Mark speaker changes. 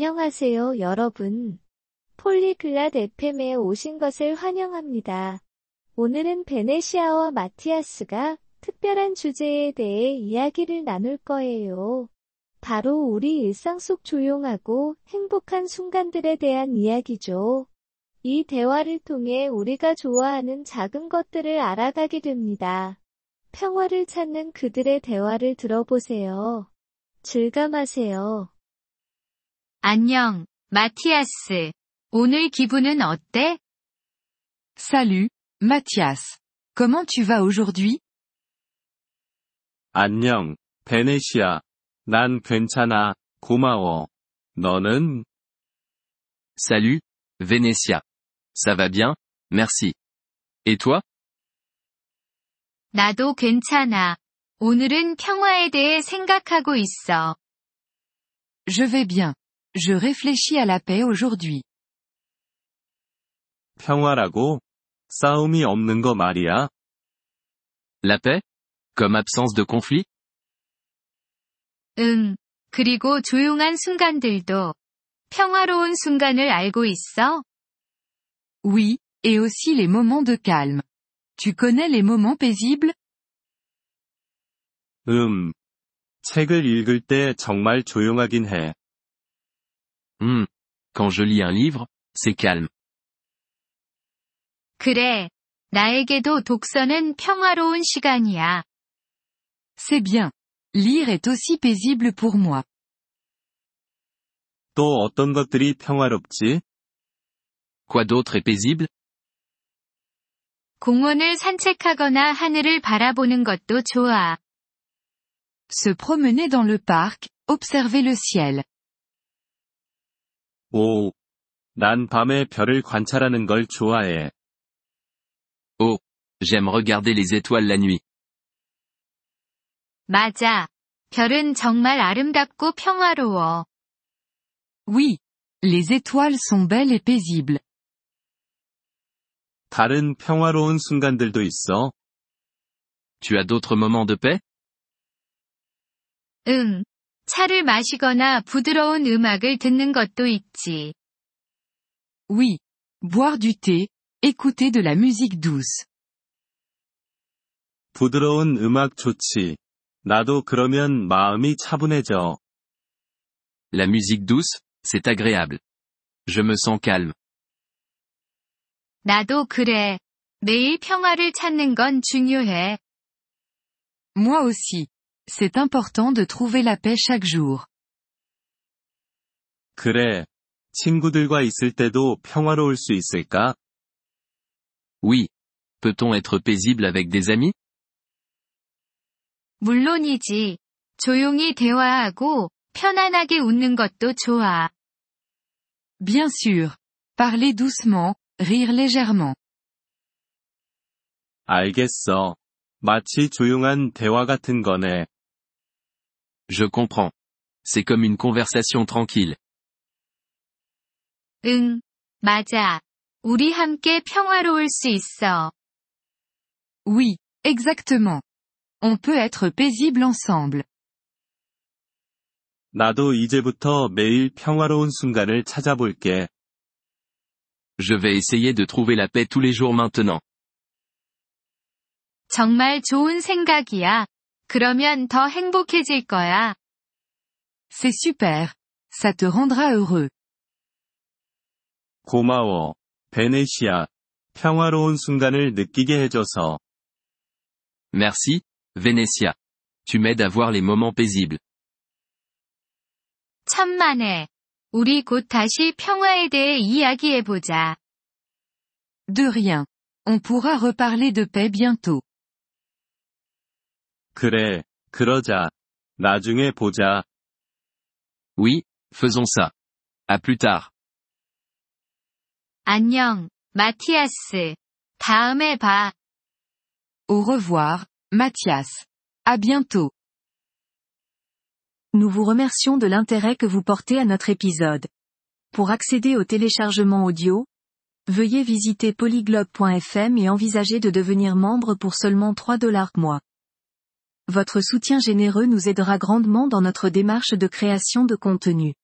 Speaker 1: 안녕하세요, 여러분. 폴리글랏 FM에 오신 것을 환영합니다. 오늘은 베네시아와 마티아스가 특별한 주제에 대해 이야기를 나눌 거예요. 바로 우리 일상 속 조용하고 행복한 순간들에 대한 이야기죠. 이 대화를 통해 우리가 좋아하는 작은 것들을 알아가게 됩니다. 평화를 찾는 그들의 대화를 들어보세요. 즐감하세요.
Speaker 2: 안녕, 마티아스. 오늘 기분은 어때?
Speaker 3: Salut, Mathias. Comment tu vas aujourd'hui?
Speaker 4: 안녕, 베네시아. 난 괜찮아, 고마워. 너는?
Speaker 5: Salut, Vénétia. Ça va bien, merci. Et toi?
Speaker 2: 나도 괜찮아. 오늘은 평화에 대해 생각하고 있어.
Speaker 3: Je vais bien. Je réfléchis à la paix aujourd'hui.
Speaker 4: 평화라고? 싸움이 없는 거 말이야?
Speaker 5: La paix? Comme absence de conflit?
Speaker 2: 응. 그리고 조용한 순간들도. 평화로운 순간을 알고 있어?
Speaker 3: Oui, et aussi les moments de calme. Tu connais les moments paisibles?
Speaker 4: 음. 책을 읽을 때 정말 조용하긴 해.
Speaker 5: Hmm. Quand je lis un livre, c'est calme.
Speaker 2: 그래. 나에게도 독서는 평화로운 시간이야.
Speaker 3: C'est bien. Lire est aussi paisible pour moi.
Speaker 4: 또 어떤 것들이 평화롭지?
Speaker 5: Quoi d'autre est paisible?
Speaker 2: 공원을 산책하거나 하늘을 바라보는 것도 좋아.
Speaker 3: Se promener dans le parc, observer le ciel.
Speaker 4: 오. 난 밤에 별을 관찰하는 걸 좋아해.
Speaker 5: J'aime regarder les étoiles la nuit.
Speaker 2: 맞아. 별은 정말 아름답고 평화로워.
Speaker 3: Oui. Les étoiles sont belles et paisibles.
Speaker 4: 다른 평화로운 순간들도 있어.
Speaker 5: Tu as d'autres moments de paix?
Speaker 2: 응. 차를 마시거나 부드러운 음악을 듣는 것도 있지.
Speaker 3: Oui. Boire du thé, écouter de la musique douce.
Speaker 4: 부드러운 음악 좋지. 나도 그러면 마음이 차분해져.
Speaker 5: La musique douce, c'est agréable. Je me sens calme.
Speaker 2: 나도 그래. 매일 평화를 찾는 건 중요해.
Speaker 3: Moi aussi. C'est important de trouver la paix chaque jour.
Speaker 4: 그래. 친구들과 있을 때도 평화로울 수 있을까?
Speaker 5: Oui. Peut-on être paisible avec des amis?
Speaker 2: 물론이지. 조용히 대화하고 편안하게 웃는 것도 좋아.
Speaker 3: Bien sûr. Parler doucement, rire légèrement.
Speaker 4: 알겠어. 마치 조용한 대화 같은 거네.
Speaker 5: Je comprends. C'est comme une conversation tranquille.
Speaker 2: 응. 맞아. 우리 함께 평화로울 수 있어.
Speaker 3: Oui, exactement. On peut être paisible ensemble.
Speaker 4: 나도 이제부터 매일 평화로운 순간을 찾아볼게.
Speaker 5: Je vais essayer de trouver la paix tous les jours maintenant.
Speaker 2: 정말 좋은 생각이야. 그러면 더 행복해질 거야.
Speaker 3: C'est super. Ça te rendra heureux.
Speaker 4: 고마워. 베네시아. 평화로운 순간을 느끼게 해줘서.
Speaker 5: Merci, Vénétia. Tu m'aides à voir les moments paisibles.
Speaker 2: 천만에. 우리 곧 다시 평화에 대해 이야기해보자.
Speaker 3: De rien. On pourra reparler de paix bientôt.
Speaker 4: 그래. 그러자. 나중에 보자.
Speaker 5: Oui, faisons ça. À plus tard.
Speaker 2: 안녕, 마티아스. 다음에 봐.
Speaker 3: Au revoir, Mathias. À bientôt.
Speaker 6: Nous vous remercions de l'intérêt que vous portez à notre épisode. Pour accéder au téléchargement audio, veuillez visiter polyglobe.fm et envisager de devenir membre pour seulement 3 dollars mois. Votre soutien généreux nous aidera grandement dans notre démarche de création de contenu.